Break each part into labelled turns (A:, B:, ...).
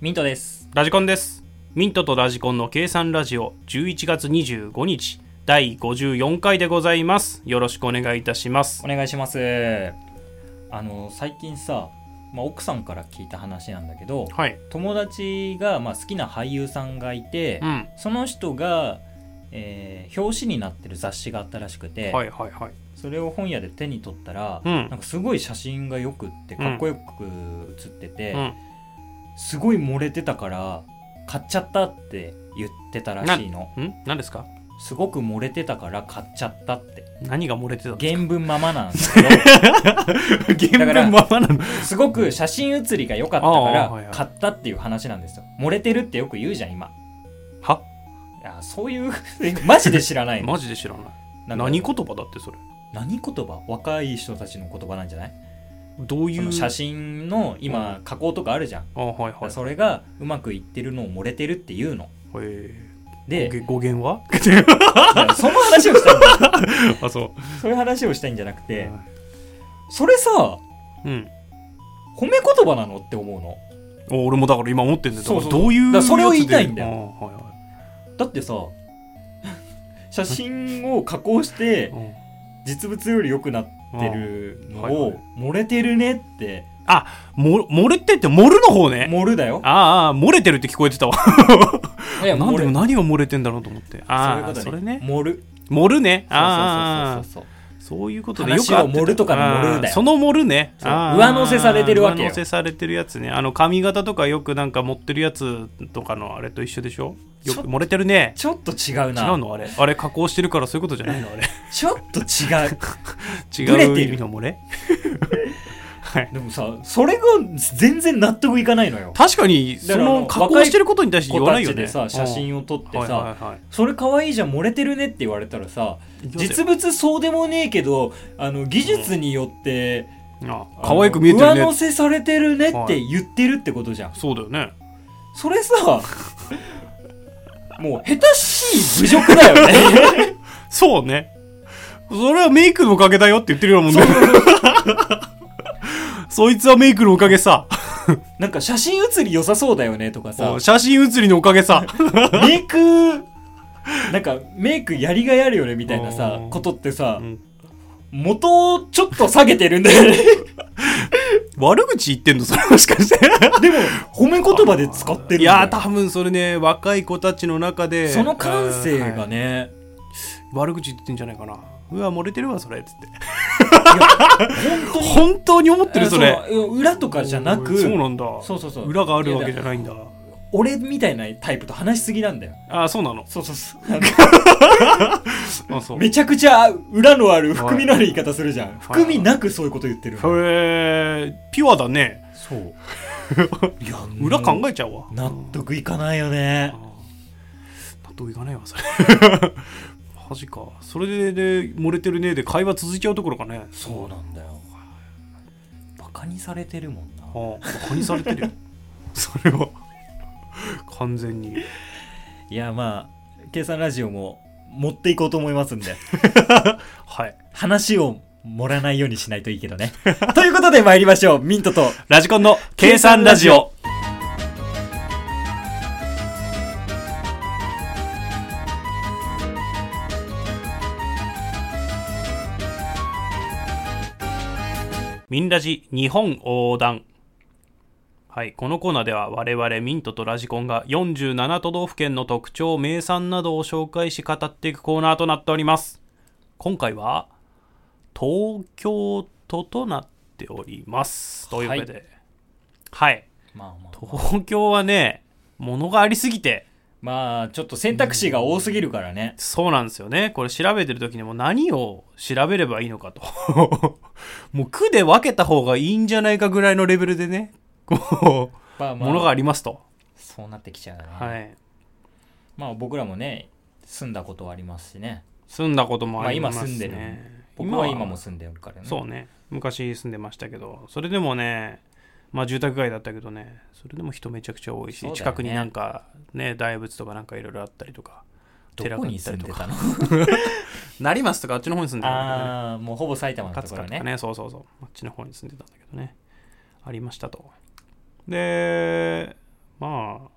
A: ミントです。
B: ラジコンです。ミントとラジコンの計算ラジオ11月25日第54回でございます。よろしくお願いいたします
A: お。願いします。あの最近さ、まあ、奥さんから聞いた話なんだけど、
B: はい。
A: 友達がまあ好きな俳優さんがいて、
B: うん。
A: その人が、えー表紙になってる雑誌があったらしくて、
B: はいはいはい。
A: それを本屋で手に取ったら、
B: うん
A: なんかすごい写真がよくってかっこよく写ってて、
B: うん。
A: すごい漏れてたから買っちゃったって言ってたらしいの
B: ん何ですか
A: すごく漏れてたから買っちゃったって
B: 何が漏れてたの
A: 原文ままなんですけど
B: 原
A: だから
B: 文ままなの
A: すごく写真写りが良かった
B: ああはい
A: か
B: は
A: ら
B: い
A: 買ったっていう話なんですよ漏れてるってよく言うじゃん今
B: はい
A: やそういう マジで知らないの
B: マジで知ら ない。
A: なんか
B: 何言葉だってそれ。
A: 何言葉若い人たちの言葉なんじゃない
B: どうい。
A: そうの写真の今加工とかあるじゃん、
B: あはいはい。
A: それがうまくいってるのを漏れてるっていうの
B: え
A: で
B: ー、語源は
A: いやその 話をしたいんだ
B: あ、そ
A: そういう話をしたいんじゃなく
B: う。
A: てそれさ
B: うん。
A: 褒め言葉なのって思うの
B: お俺もだから今思ってんだよ。
A: そうそう
B: だからどうい
A: だ
B: う
A: から
B: やつで。
A: それを言いたいんだよ
B: あはいは
A: だってさ写真を加工して
B: いうん
A: 実物より良くなってるのを漏れてるねって
B: も漏れてって、漏るの方ね。
A: 盛るだよ
B: あーあー、漏れてるって聞こえてたわ。
A: いや
B: なん
A: 盛
B: で
A: る
B: も何が漏れてんだろうと思って。
A: そうい
B: あ
A: う
B: あ、
A: こと
B: それ
A: ね
B: ね。
A: 盛る
B: 盛るね。
A: そう
B: ああ、
A: そうそうそうそう
B: そういうことでよ
A: 話
B: く
A: を
B: あってた
A: 盛るとかの盛るだよ
B: あーその盛るね。
A: そう
B: あー
A: 上乗せされてるわけよ
B: 上乗せされてるやつね。あの髪型とかよくなんか持ってるやつとかのあれと一緒でしょ
A: ち
B: よく
A: ょ
B: 漏れてるね。
A: ちょっと違う
B: 違
A: な
B: うのあれ。あれ加工してるからそういうことじゃないの あれ。
A: ちょっと違うぶれ
B: 違
A: て
B: う
A: る
B: 意味の 漏れ。はい。
A: でもさそれが全然納得いかないのよ
B: 確かに、
A: だ
B: そ
A: からあの
B: の加工してることに対して言
A: 子
B: わな
A: た
B: いよ
A: ち
B: ね。
A: でさ写
B: を
A: 真を撮ってさ、
B: はいはいはい
A: それ可愛いじゃん漏れてるねって言われたらさ
B: いきますよ
A: 実物そうでもねえけどあの技術によって、
B: あ可愛く見えて
A: あの
B: る
A: 上乗
B: ね。
A: せされてるねっ
B: は
A: て
B: い
A: 言ってるってことじゃん、
B: そうだよね。
A: それ さもう下手しい侮辱だよね
B: そうね。それはメイクのおかげだよって言ってるようなもんね。 そいつはメイクのおかげさ。
A: なんか写真写り良さそうだよねとかさ
B: 写真写りのおかげさ。
A: メイクなんかメイクやりがいあるよねみたいなさ
B: うん
A: ことってさ、
B: うん
A: 元をちょっと下げてるんだ よね
B: 悪口言ってんのそれもしかして。
A: でも褒め言葉で使ってるん
B: い
A: だよ
B: やー、多分それね、若い子たちの中で。
A: その感性
B: うんは
A: が
B: い
A: ね、
B: 悪口言ってんじゃないかな。うわ、漏れてるわ、それ。つって。
A: 本当に
B: 本当に思ってる、それ。
A: あそう裏とかじゃなく
B: そうなんだ。
A: そうそうそう
B: 裏があるわけ
A: い
B: じ
A: や
B: ゃないんだ。
A: 俺みたいなタイプと話しすぎなんだよ
B: あー、そうなの。
A: そうそうそう
B: あそう。
A: めちゃくちゃ裏のある含みのある言い方するじゃん、含みなくそういうこと言ってる、
B: へー、ピュアだね。
A: そう いや
B: 裏考
A: え
B: えちゃうわ。
A: 納得いかないよね
B: 納得いかないわそれ マジかそれで、ね、漏れてるねで会話続いちゃうところかね
A: そうなんだよバカにされてるもんな
B: ああバカにされてるよそれは完全に
A: いやまあ計算ラジオも持っていこうと思いますんで
B: はい
A: 話を盛らないようにしないといいけど ねということで参りましょうミントと
B: ラジコンの計算ラジオミンラジ日本横断はい、このコーナーでは我々ミントとラジコンが47都道府県の特徴、名産などを紹介し語っていくコーナーとなっております。今回は東京都となっております。というわけで、はい、
A: まあまあ
B: 東京はね、物がありすぎて、
A: まあちょっと選択肢が多すぎるからね、
B: そうなんですよね。これ調べてる時にもう何を調べればいいのかと。 もう区で分けた方がいいんじゃないかぐらいのレベルでね、こ
A: まあま
B: う、
A: あ
B: ものがありますと。
A: そうなってきちゃうよね、
B: はい。
A: まあ僕らもね住んだことはありますしね
B: 住んだこともあります
A: まあ今
B: ね。
A: 住んでる僕は今も住んでるからね
B: そうね。昔住んでましたけど、それでもね、まあ住宅街だったけどね、それでも人めちゃくちゃ多いし、
A: そうだよね
B: 近くになんかね、大仏とかなんかいろいろあったりとか、
A: どこに住んでたの
B: 成増とかあっちの方 に住んでるんだけどね
A: ああもうほぼ埼玉の
B: 勝
A: とこ
B: か
A: ろ
B: とか
A: ね
B: ねそうそうそうあっちの方に住んでたんだけどねありましたとでまあ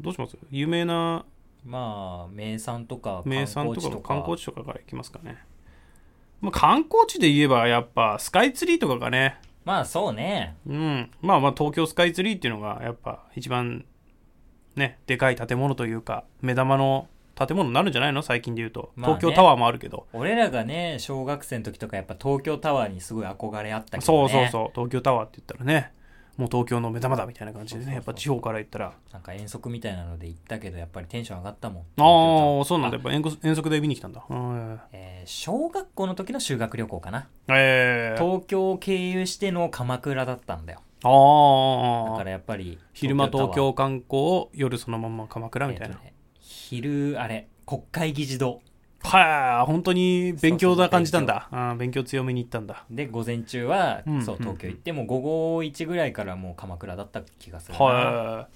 B: どうします有名な
A: まあ名産とか
B: 名産
A: 観
B: と
A: 光地
B: か観光地とかから行きますかね。まあ、観光地で言えばやっぱスカイツリーとかがね、
A: まあそうね
B: うん。まあまあ東京スカイツリーっていうのがやっぱ一番ね、でかい建物というか、目玉の建物になるんじゃないの最近で言うと。
A: まあね
B: 東京タワーもあるけど。
A: 俺らがね小学生の時とかやっぱ東京タワーにすごい憧れあったけど、ね、
B: そうそうそう。東京タワーって言ったらね、もう東京の目玉だみたいな感じで
A: そうそ
B: ね、や
A: う
B: っ
A: そう
B: ぱ地方から行ったら。
A: なんか遠足みたいなので行ったけどやっぱりテンション上がったもん
B: ああ、そうなんだ。やっぱ遠足遠足で見に来たんだ。うん
A: えー小学校の時の修学旅行かな
B: ええー。
A: 東京を経由しての鎌倉だったんだよだ
B: あ
A: か
B: あ。
A: らやっぱり
B: 昼間東
A: タワー
B: 京観光、夜そのまま鎌倉みたい
A: え
B: な
A: ーと。ね昼あれ国会議事堂
B: はい、本当に勉強な感じたんだ。あー勉強強めに行ったんだ。
A: で午前中は、
B: うん
A: そう
B: うん
A: 東京行ってもう午後1ぐらいからもう鎌倉だった気がするな
B: は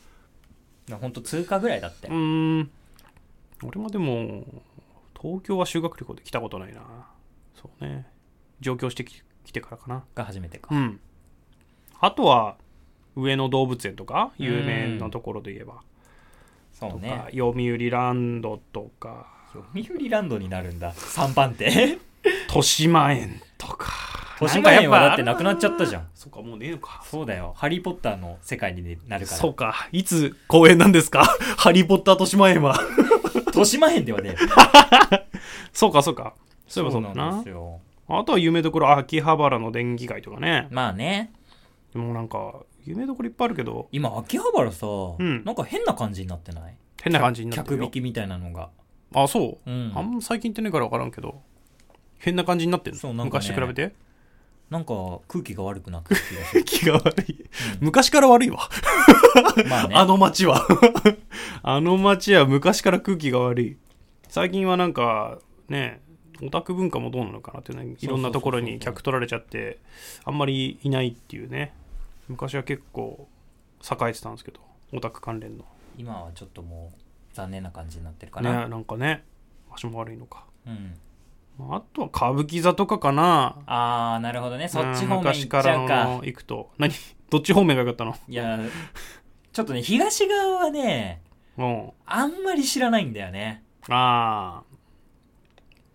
A: 本当通過ぐらいだって
B: い。うーん。俺もでも、東京は修学旅行で来たことないな。そうね。上京してき来てからかな。
A: が初めてか、
B: うん。あとは、上野動物園とか、有名なところで言えば。
A: そう
B: とか、
A: ね
B: 読売ランドとか、
A: 読売ランドになるんだ3番 手
B: 豊島園とか。
A: 豊島園はだってな
B: な
A: ん
B: か
A: く
B: や
A: な
B: っ
A: っ
B: ぱ
A: ち
B: あ
A: ゃ
B: る
A: ったじゃん
B: そうか、もうねえのか。
A: そうだよハリー・ポッターの世界になるから
B: そうか。いつ公演なんですかハリー・ポッター豊 島園は。
A: 豊島園ではね
B: そうかそうか。 そういえばそうだ
A: なん
B: な
A: です。よ
B: あとは有名どころ、秋葉原の電気街とかね。
A: まあね
B: でもなんか、有名どころいっぱいあるけど、
A: 今秋葉原さ、
B: ん
A: なんか変な感じになってない
B: 変な感じになって
A: 客
B: るよ
A: 引。きみたいなのが
B: あ、そ
A: う
B: う。
A: ん
B: あんま最近行ってないから分からんけど、変な感じになってる
A: そ
B: の、
A: うなんかね
B: 昔と比べて。
A: なんか空気が悪くなってる 気がす
B: 気が悪い。 昔から悪いわ。
A: るまあね
B: あの街は。あの街は昔から空気が悪い。最近はなんか、ね、オタク文化もどうなのかなってね、いろんなところに客取られちゃって、あんまりいないっていうね。昔は結構栄えてたんですけど、オタク関連の。
A: 今はちょっともう残念な感じになってるか
B: ね、
A: な、
B: なんかね、足も悪いのか。
A: うん、
B: まああとは歌舞伎座とかかな。
A: ああなるほどねそっち
B: う
A: 方面
B: ん
A: 行っ
B: 昔
A: ち
B: か
A: ゃ
B: ら
A: うか,、
B: の行くと。何 どっち方面が良かったの
A: いやちょっとね東側はね
B: うん。
A: あんまり知らないんだよね
B: ああ。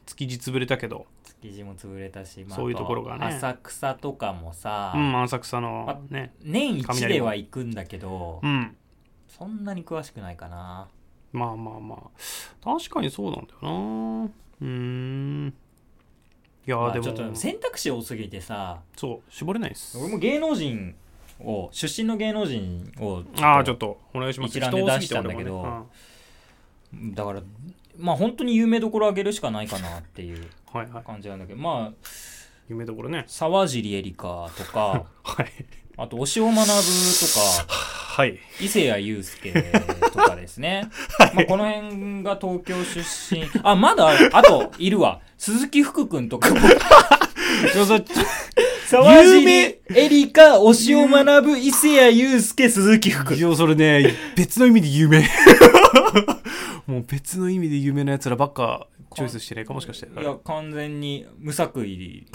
B: 築地潰れたけど。
A: 築地も潰れたし、
B: そういうところがね
A: あと浅草とかもさ、
B: うん、浅草のね。
A: 年一では行くんだけど、
B: うん。
A: そんなに詳しくないかな
B: まあまあまあ。確かにそうなんだよな。うーん。いやー
A: まあ
B: で
A: ちょっ
B: も、
A: と選択肢多すぎてさ
B: そう、絞れないです。
A: 俺も芸能人を出身の芸能人を
B: ああ、ちょっと、お願いします。
A: 一覧で
B: 人多すぎ
A: 出したんだけど
B: 俺もね
A: だからまあ本当に有名どころあげるしかないかなっていう
B: うんはいはい。
A: 感じなんだけどまあ
B: 夢どころね。
A: 沢尻エリカと か
B: はい。
A: あと押尾学ぶとか
B: はい。
A: 伊勢谷友 介とかですね、まあこの辺が東京出身あまだあるあといるわ鈴木福君とかも
B: いやそれ
A: 沢尻エリカ押尾学ぶ伊勢谷友介鈴木福
B: いや、それね、別の意味で有名。 もう別の意味で有名なやつらばっかチョイスしてないかもしかして
A: い。や完全に無作為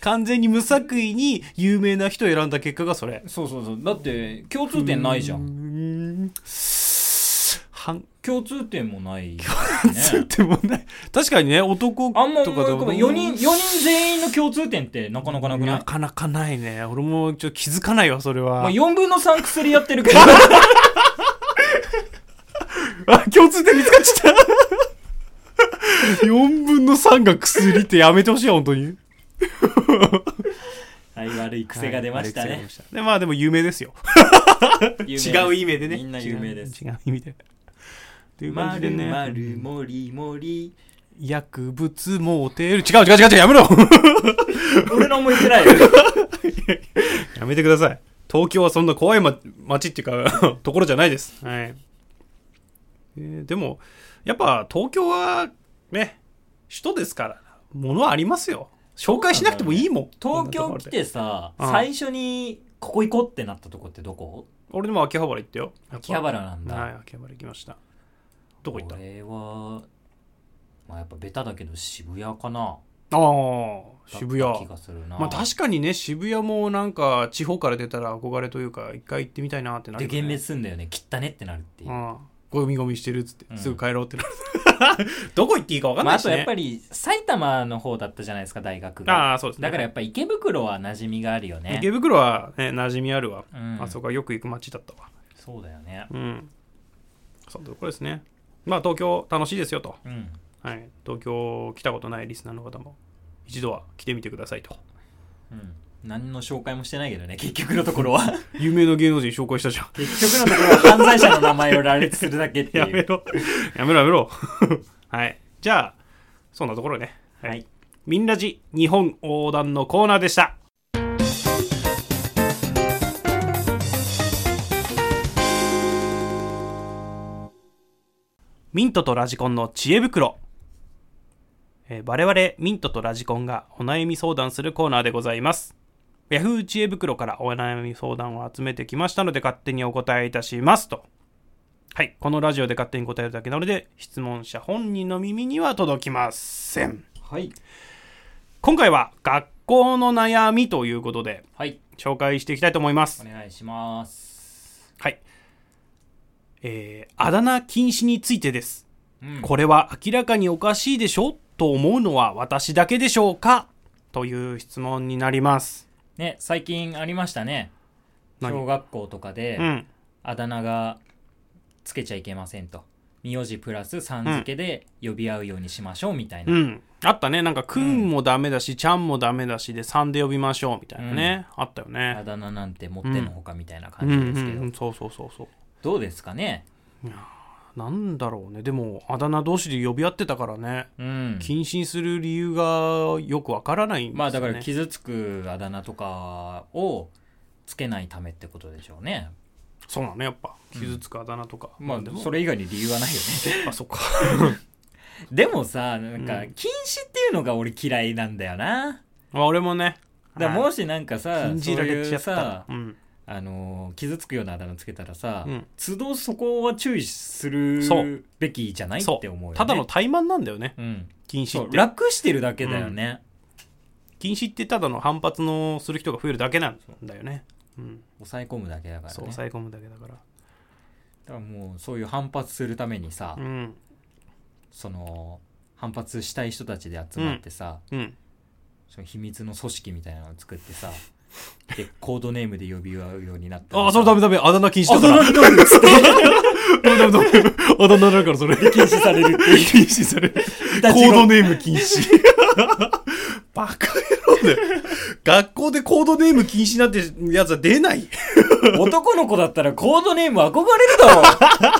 B: 完全に無作為に有名な人を選んだ結果がそれ。
A: そうそうそうだって共通点ないじゃ
B: うんーん。は ん、
A: 共通点もない、ね、
B: つってもない。確かにね、男と
A: あ
B: か
A: んま
B: で
A: 思い浮かば4人、4人全員の共通点ってなかなかなくない
B: なかなかないね。俺もちょっと気づかないわ、それは。
A: まあ、4分の3薬やって るけど、
B: あ、共通点見つかっちゃった。4分の3が薬ってやめてほしいわ、本当に。
A: はい、悪い癖が出ました
B: はい悪い
A: ね。
B: 癖が出ましたで、まあでも有名ですよ。
A: 違
B: 違う意味でね
A: みんな有名です。
B: 違う違う意味でという感
A: ま
B: じで
A: る
B: ね
A: まるもりもり。
B: 薬物モテル違う違う違う違うやめろ
A: 俺の思いてない よ。
B: やめてください東京はそんな怖い、ま、街っていうか ところじゃないですはい、えーでもやっぱ東京はね首都ですからものはありますよ紹介しなくてもいいもん
A: 東京
B: こんな
A: 来
B: ところで
A: てさ、
B: うん
A: 最初にここ行こうってなったとこってどこ
B: 俺でも秋葉原行ったよやっぱ
A: 秋葉原なんだ。
B: はい秋葉原行きましたどこ行った
A: 俺は、まあやっぱベタだけど渋谷かな。
B: ああ渋
A: だった
B: 谷
A: 気がするな、
B: まあ確かにね渋谷もなんか地方から出たら憧れというか一回行ってみたいなってなる
A: で
B: よね
A: 幻滅すんだよね切ったねってなるっていう、
B: うんゴミゴミしてるっつって、
A: うん
B: すぐ帰ろうってなる どこ行っていいか分かん
A: まあ、
B: ない
A: あ
B: し、
A: と
B: ね
A: やっぱり埼玉の方だったじゃないですか大学が
B: ああそうですね
A: だからやっぱ池袋は馴染みがあるよね
B: 池袋はね馴染みあるわ、
A: うん
B: あそこはよく行く街だったわ
A: そうだよね
B: うんそんなところですねまあ東京楽しいですよと、
A: うん
B: はい、東京来たことないリスナーの方も一度は来てみてくださいと
A: うん何の紹介もしてないけどね結局のところは
B: 有名な芸能人紹介したじゃん
A: 結局のところは犯罪者の名前を羅列するだけって
B: や
A: い
B: め
A: う
B: ろやめろや めろはいじゃあそんなところね
A: はい
B: みんなじ日本横断のコーナーでしたミントとラジコンの知恵袋、えー我々ミントとラジコンがお悩み相談するコーナーでございますヤフー知恵袋からお悩み相談を集めてきましたので勝手にお答えいたしますとはいこのラジオで勝手に答えるだけなので質問者本人の耳には届きません
A: はい
B: 今回は学校の悩みということで
A: はい
B: 紹介していきたいと思います
A: お。願いします
B: はい。えー、あだ名禁止についてです。
A: うん
B: これは明らかにおかしいでしょと思うのは私だけでしょうかという質問になります。
A: ね最近ありましたね
B: 何
A: 小学校とかで、
B: うん。
A: あだ名がつけちゃいけませんと名字プラスさん付けで呼び合うようにしましょうみたいな、
B: うん。あったね。なんか、くんもダメだし、ちゃんもダメだし、で、さんで呼びましょうみたいなね。あったよ
A: あ
B: ね。
A: だ名なんて持ってのほかみたいな
B: う
A: 感
B: ん、う
A: じ
B: ん
A: ですけど、
B: うん。そうそうそうそう。
A: どうですかね
B: なんだろうね。でも、あだ名同士で呼び合ってたからね。
A: うん
B: 謹慎する理由がよくわからないんですよ、ね、
A: まあだから傷つくあだ名とかをつけないためってことでしょうね
B: そうなのやっぱ傷つくあだ名とか、
A: まあ
B: で
A: それ以外に理由はないよね
B: あそっか
A: でもさなんか
B: う
A: 禁止っていうのが俺嫌いなんだよな
B: まあ俺もね
A: だから
B: は
A: も
B: い
A: しなんかさ、
B: 禁
A: そう
B: じられ
A: い
B: ちゃ
A: う
B: った
A: さ
B: うん、
A: あのー傷つくようなあだ名つけたらさ、
B: うん
A: 都度そこは注意する
B: そう
A: べきじゃないって
B: そう
A: 思うよ、ね、
B: ただの、怠慢なんだよね
A: うん、
B: 禁止
A: そ
B: っ
A: う
B: て
A: 楽してるだけだよね、
B: 禁止ってただの反発のする人が増えるだけなんだよねうん、
A: 抑え込むだけだから
B: そう
A: ねだか
B: 抑え込むだけだから、
A: らもうそういう反発するためにさ、
B: うん
A: その反発したい人たちで集まってさ、
B: うん、
A: その秘密の組織みたいなのを作ってさ でコードネームで呼び合うようになったら
B: ああそれダメダメあだ名禁止
A: あ
B: だ
A: そ
B: か
A: れ
B: ら
A: ダメダメダメ
B: ダメダメダメあだ名だからそ れ禁
A: 禁止されるっていう
B: 止されるコードネーム禁止 バカ野郎だよ学校でコードネーム禁止なんてやつは出ない
A: 男の子だったらコードネーム憧れるだ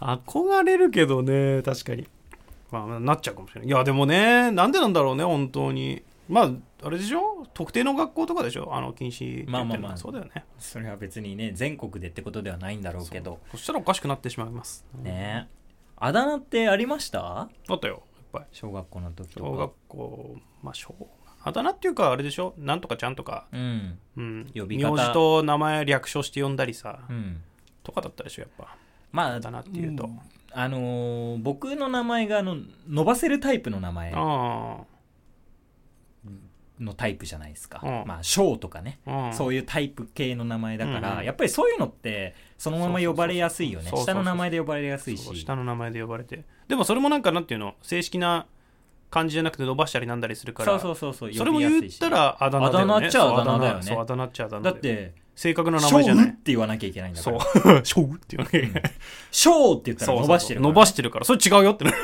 A: ろう
B: 憧れるけどね確かにまあなっちゃうかもしれないいやでもねなんでなんだろうね本当にまああれでしょ特定の学校とかでしょあの禁止って言ってるのは
A: まあまあまあ
B: そうだよね
A: それは別にね全国でってことではないんだろうけど
B: そしたらおかしくなってしまいます
A: ねえあだ名ってありました
B: だったよいっぱい
A: 小学校の時と
B: 小学
A: か
B: 校まあ小あだ名っていうかあれでしょなんとかちゃんとか、
A: うん
B: うん、
A: 呼び方
B: 名字と名前略称して呼んだりさ、
A: うん
B: とかだったでしょやっぱ
A: まあ
B: あだ名っていうと、
A: んあのー僕の名前があの伸ばせるタイプの名前
B: あ
A: のタイプじゃないですか
B: うん
A: まあ翔とかね
B: あ、うん、
A: そういうタイプ系の名前だから、
B: うんうん
A: やっぱりそういうのってそのまま呼ばれやすいよね
B: そうそうそ
A: 下
B: う
A: の名前で呼ばれやすい
B: そう
A: し
B: 下の名前で呼ばれてでもそれもなんかなんていうの正式な感じじゃなくて伸ばしたりなんだりするから
A: そうそうそうそう
B: それも
A: 呼びやす
B: 言
A: い
B: っ
A: した
B: らあだ名だよね
A: あだ名っちゃ
B: そう
A: あだ名だよね
B: そうあだ名っちゃあだ名
A: だ
B: だよ
A: って
B: 正
A: 「
B: 確な名
A: 翔」
B: 前
A: っ
B: じゃない
A: て言わなきゃいけないんだか
B: そう
A: ら
B: 「しょう」って言わなきゃいけない
A: 「翔」って言った
B: そ
A: ら
B: う
A: 伸ばしてるか
B: そう
A: ら
B: 伸ばしてるからそれ違うよってなる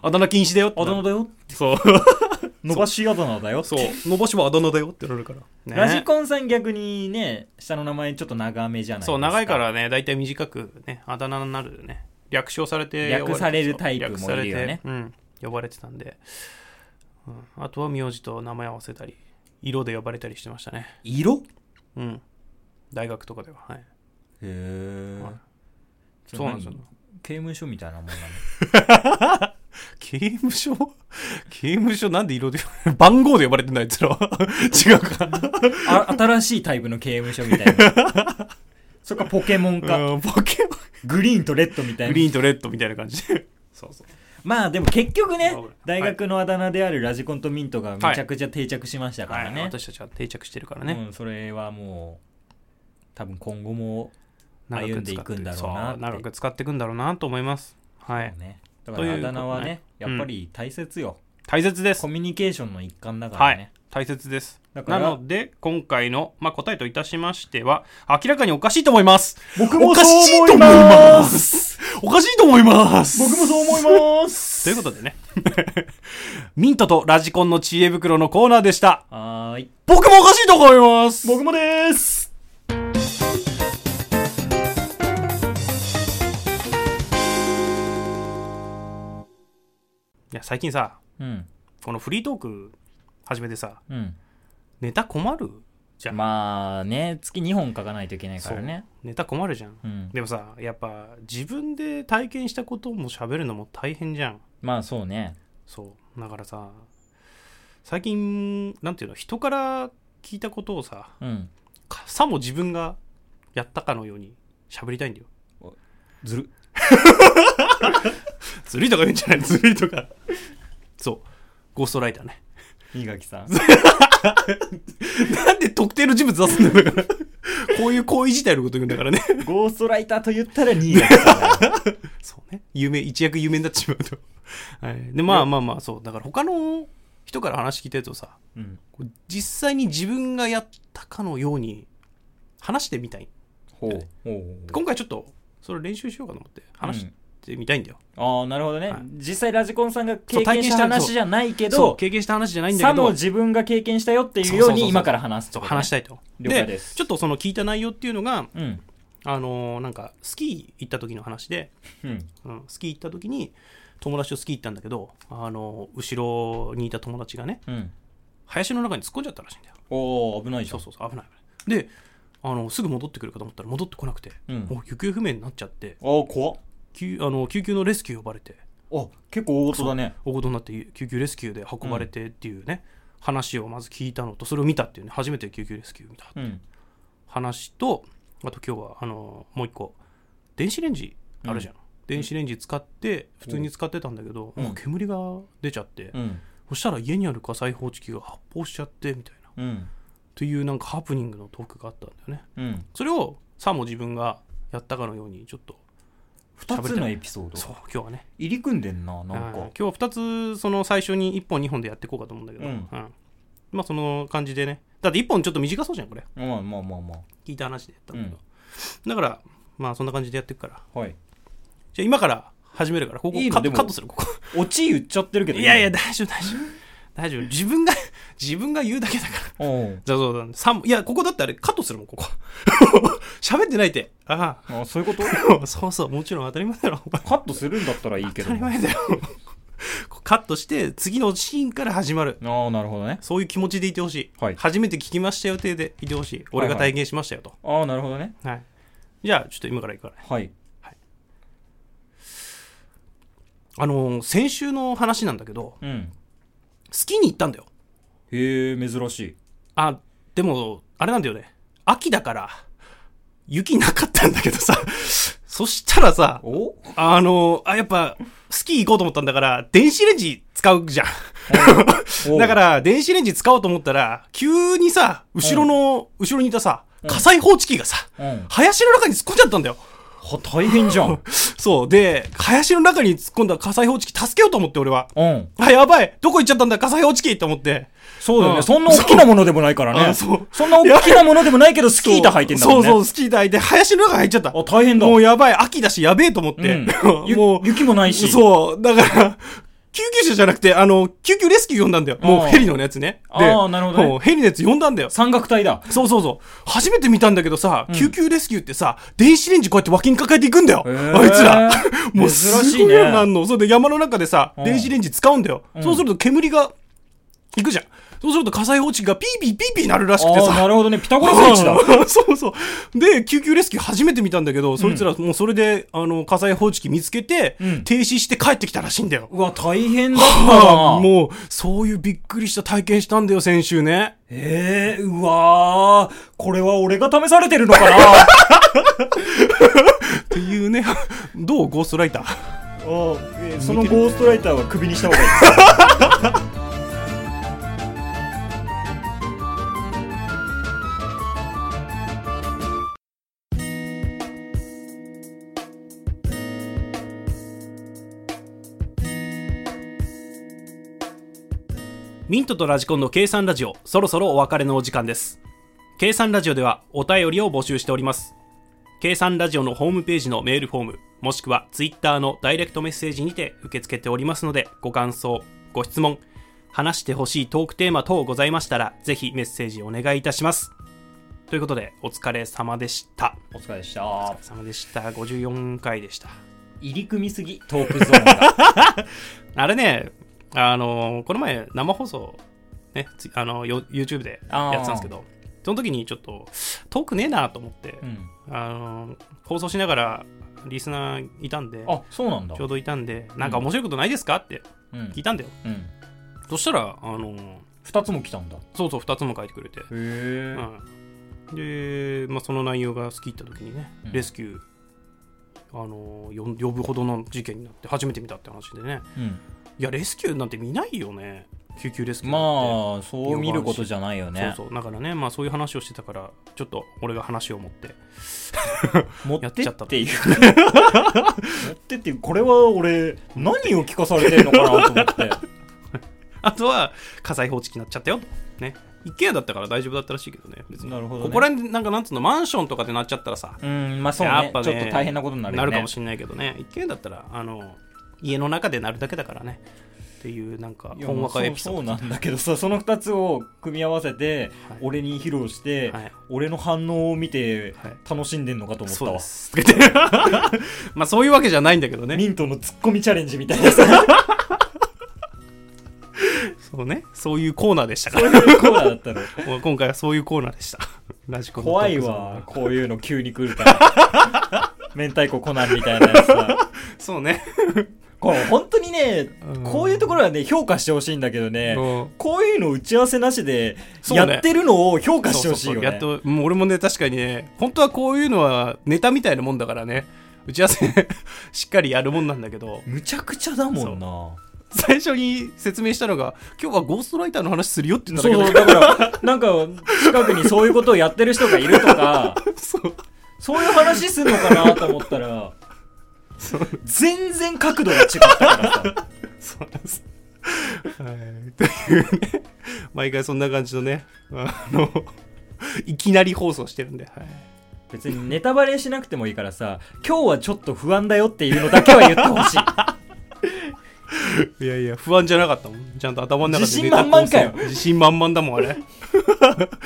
B: あだ名禁止だよって
A: あ
B: な
A: だ名
B: る
A: だよ
B: そう
A: 伸ばしあだ名だよ
B: そう伸ばしはあだ名だよってなるからね
A: ラジコンさん逆にね下の名前ちょっと長めじゃないですか
B: そう長いからね大体短くねあだ名になるよね略称されて
A: 略されるタイプも
B: 略されて
A: いるよね
B: うん、呼ばれてたんで、うん、あとは名字と名前合わせたり色で呼ばれたりしてましたね
A: 色
B: うん大学とかでははい
A: へえ
B: はいそうなんですよ
A: 刑務所みたいなもんなの
B: 刑務所刑務所なんで色で 番号で呼ばれてんだあいつら 違うか
A: あ新しいタイプの刑務所みたいな それかポケモンか
B: うんポケモン
A: グリーンとレッドみたいな
B: グリーンとレッドみたいな感じでそうそう
A: まあでも結局ね
B: はい
A: 大学のあだ名であるラジコンとミントがめちゃくちゃ定着しましたから
B: はい
A: ね、
B: 私たちは定着してるからね、
A: うん、それはもう多分今後も
B: 長く使っ
A: 歩んでいくんだろうなって
B: そ長く使っていくんだろうなと思いますはい
A: ねだか
B: とい
A: ら
B: う
A: あ
B: こと
A: だ名はね
B: はい
A: やっぱり大切よ、
B: 大切です
A: コミュニケーションの一環だか
B: は
A: らね
B: い、大切です
A: だか
B: な
A: ら
B: ので今回の、まあ、答えといたしましては明らかにおかしいと思います
A: 僕
B: おかしいと思いますおかしいと思います
A: 僕もそう思います
B: ということでね ミントとラジコンの知恵袋のコーナーでした
A: はーい
B: 僕もおかしいと思います
A: 僕もです
B: いや最近さ
A: うん
B: このフリートーク始めてさ
A: うん
B: ネタ困るじゃん、
A: まあね月2本書かないといけないからね
B: ネタ困るじゃん
A: うん
B: でもさやっぱ自分で体験したことも喋るのも大変じゃん
A: まあそうね
B: そうだからさ最近なんていうの人から聞いたことをさ
A: うん
B: かさも自分がやったかのように喋りたいんだよ
A: ずる
B: ずるいとか言うんじゃないずるいとかそうゴーストライターね
A: 三垣さん
B: なんで特定の人物出すんだよだから こういう行為自体のこと言うんだからね
A: ゴーストライターと言ったら新垣さんだよ
B: そうね。夢、一躍有名になってしまうと。はい。で、まあまあまあ、そう。だから他の人から話聞いたやつをさ、
A: うん
B: こう実際に自分がやったかのように話してみたい。
A: ほうほうほう
B: 今回ちょっと、それ練習しようかと思って、話してみたいんだよ。
A: ああなるほどね、
B: はい
A: 実際ラジコンさんが
B: そう
A: 経
B: 体
A: 験
B: 験し
A: したた話じゃないけ
B: そう、
A: ど
B: 経験した話じゃないんだ
A: さ
B: けど
A: も、自分が経験したよっていう
B: そう
A: よ
B: そう
A: う
B: そうそう
A: に今から話す
B: そ
A: と
B: う、話したたいと。
A: 了解です
B: ちょっとその聞いた内容っていうのが、
A: うん
B: あのーなんか、スキー行った時の話で、
A: うん
B: うん、スキー行った時に、友達とスキー行ったんだけど、あのー後ろにいた友達がね、
A: うん
B: 林の中に突っ込んじゃったらしいんだよ。
A: おお危ないじゃ
B: そうんそうそう危ない危ないであのすぐ戻ってくるかと思ったら戻ってこなくて、
A: うん
B: もう行方不明になっちゃって
A: ああ怖っ
B: 救あの救急のレスキュー呼ばれて
A: あ結構大事だね
B: 大事になって救急レスキューで運ばれてっていうね、話をまず聞いたのとそれを見たっていうね初めて救急レスキュー見た
A: うん
B: 話とあと今日はあのもう一個電子レンジあるじゃん、電子レンジ使って普通に使ってたんだけど、
A: うん
B: なんか煙が出ちゃって、
A: うん
B: そしたら家にある火災報知器が発砲しちゃってみたいなっ
A: うん
B: ていうなんかハプニングのトークがあったんだよね
A: うん
B: それをさも自分がやったかのようにちょっと
A: 2つのエピソード
B: そう今日はね
A: 入り組んでんななん
B: はい
A: か
B: 今日は2つその最初に1本2本でやっていこうかと思うんだけど、
A: うん
B: まあその感じでねだって1本ちょっと短そうじゃんこれ
A: まあまあまあま
B: 聞いた話でやったんだけど、だからまあそんな感じでやっていくから
A: あはい
B: じゃあ今から始めるからここ
A: いいの
B: カッ
A: で
B: ト
A: も
B: カットするここ
A: オチ言っちゃってるけど
B: いやいや
A: だ
B: 大丈夫大丈夫大丈夫自分が自分が言うだけだから
A: お
B: じゃあそうだ、ね、三いやここだってあれカットするもんここ喋ってないってあ
A: あそういうこと
B: あそうそうもちろん当たり前だろお前
A: カットするんだったらいいけど
B: 当たり前だよこうカットして次のシーンから始まる
A: ああなるほどね
B: そういう気持ちでいてほしい、
A: はい
B: 初めて聞きましたよ程でいてほしい俺が体験しましたよと、
A: ああなるほどね
B: はいじゃあちょっと今からいくからね
A: はい
B: あのー先週の話なんだけど
A: うん
B: スキーに行ったんだよ
A: へえ珍しい
B: あでもあれなんだよね秋だから雪なかったんだけどさ そしたらさ
A: お
B: あのーあやっぱスキー行こうと思ったんだから電子レンジ使うじゃん だからら、電子レンジ使おうと思ったら、急にさ、後ろの、後ろにいたさ、火災報知器がさ、
A: うん
B: 林の中に突っ込んじゃったんだよ。
A: は大変じゃ ん
B: そう。で、林の中に突っ込んだ火災報知器助けようと思って、俺は。
A: うん
B: あ、やばいどこ行っちゃったんだ火災報知器と思って。
A: そうだよ
B: うん
A: ねそんな大きなものでもないから
B: あ
A: ね
B: そう
A: そんな大きなものでもないけどスキー板履いてんだもんね
B: そうそう、スキー板履いて、林の中入っちゃった。
A: あ大変だ
B: もうやばい、秋だし、やべえと思っ
A: う
B: て。
A: ん
B: も
A: ゆ
B: う、
A: 雪もないし
B: そう。だから、救急車じゃなくて、あの、救急レスキュー呼んだんだよ。も
A: あ
B: う
A: ー
B: ヘリのやつね。で
A: あーなるほどね
B: もうヘリのやつ呼んだんだよ。
A: 三角体だ
B: そうそうそう。初めて見たんだけどさ、救急レスキューってさ、電子レンジこうやって脇に抱えていくんだよ。
A: へー
B: あいつら。も
A: 珍
B: う
A: しいね
B: すごいよなんの。それで山の中でさ、
A: うん
B: 電子レンジ使うんだよ。そうすると煙が、いくじゃん。そうすると火災報知器がピーピーピーピーなるらしくて
A: ああ
B: さ。
A: なるほどねピタゴラスイッチだ
B: そうそう。で、救急レスキュー初めて見たんだけど、そいつらもうそれで、あの、火災報知器見つけて、
A: うん
B: 停止して帰ってきたらしいんだよ。
A: うわ大変だった
B: あ
A: な
B: ー もう、そういうびっくりした体験したんだよ、先週ね。
A: ええうわーこれは俺が試されてるのかな
B: っていうね、どうゴーストライター。
C: え ーそのゴーストライターはクビにした方がいい
B: ミントとラジコンの計算ラジオ、そろそろお別れのお時間です。計算ラジオではお便りを募集しております。計算ラジオのホームページのメールフォーム、もしくはツイッターのダイレクトメッセージにて受け付けておりますので、ご感想、ご質問、話してほしいトークテーマ等ございましたら、ぜひメッセージお願いいたします。ということで、お疲れ様でした。
A: お疲れでした
B: お疲れ様でした。54回でした。
A: 入り組みすぎトークゾーン が
B: あれね、あのこの前生放送、ね、つあのよ YouTube でやってたんですけど、その時にちょっと遠くねえなと思って、
A: うん
B: あの放送しながらリスナーいたんで、
A: あそうなんだ
B: ちょうどいたんで、なんか面白いことないですかって
A: うん
B: 聞いたんだよ。
A: うん、
B: そしたら、あの
A: 2つも来たんだへ
B: そうそう2つも書いてくれて、
A: え
B: うんで、まあ、その内容が好きった時にね、
A: うん
B: レスキュー、あのよ呼ぶほどの事件になって初めて見たって話でね、
A: うん、
B: いや、レスキューなんて見ないよね。救急レスキューなん
A: まあ
B: て。
A: そう見ることじゃないよね
B: そうそう。だからね、まあそういう話をしてたから、ちょっと俺が話を持って。
A: 持ってっていう持ってっていうこれは俺何を聞かされてるのかなと思って
B: あとは、火災報知器になっちゃったよ。ね。一軒家だったから大丈夫だったらしいけどね。別に。
A: なるほどね
B: ここら辺で、なんかなんつうの、マンションとかでなっちゃったらさ、
A: うんまあそうね
B: やっぱね
A: ちょっと大変なことにな
B: な
A: るよ
B: る,、
A: ね
B: かもしれないけどね。一軒家だったら、あの、家の中でなるだけだからね。っていう、なんか、
A: いや
B: ほんわかエピソード。
A: そうそうなんだけどさその2つを組み合わせて、
B: はい
A: 俺に披露して、
B: はい
A: 俺の反応を見て
B: はい
A: 楽しんでんのかと思った
B: そう
A: わ
B: で、す。 まあそういうわけじゃないんだけどね。
A: ミントのツッコミチャレンジみたいなさ
B: そうね。そういうコーナーでしたか
A: そう
B: ら。
A: いうコーナーだ ったの
B: も う今回はそういうコーナーでした。 ラジコンのト
A: 怖
B: ー
A: い
B: クゾーン
A: わこういうの急に来るから 明太子コナンみたいなやつさ
B: そうね。
A: これ本当にね、
B: うん
A: こういうところはね評価してほしいんだけどね、
B: うん
A: こういうの打ち合わせなしで
B: そう
A: や
B: ね
A: ってるのを評価してほしいよ
B: そうそうそうやっ
A: ね
B: と、もう俺もね、確かにね、本当はこういうのはネタみたいなもんだからね、打ち合わせ しっかりやるもんなんだけど、
A: むちゃくちゃだもんな
B: 最初に説明したのが、今日はゴーストライターの話するよって言った
A: そ
B: ん
A: うそ
B: だけ
A: う、だから、なんか、近くにそういうことをやってる人がいると か、
B: ど、 そう。
A: そういう話すんのかなと思ったら、全然角度が違ったからさ。
B: そうなんです。はい。というね、毎回そんな感じのね、あの、いきなり放送してるんで、はい。
A: 別にネタバレしなくてもいいからさ、今日はちょっと不安だよっていうのだけは言ってほしい。
B: いやいや、不安じゃなかったもん。ちゃんと頭の中で
A: 自信満々かよ
B: ネタ構成自信満々だもん、あれ。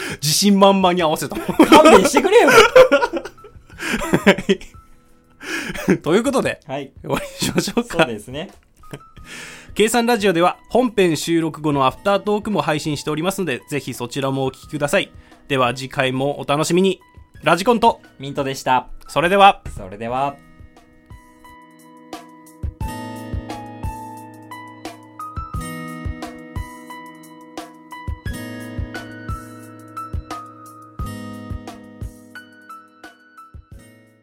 B: 自信満々に合わせたもん。
A: 勘弁してくれよ。
B: ということで、
A: はい。
B: 終わりにしましょう
A: そう
B: か。
A: ですね。
B: 計算ラジオでは本編収録後のアフタートークも配信しておりますので、ぜひそちらもお聞きください。では次回もお楽しみに。ラジコンと、
A: ミントでした。
B: それでは。
A: それでは。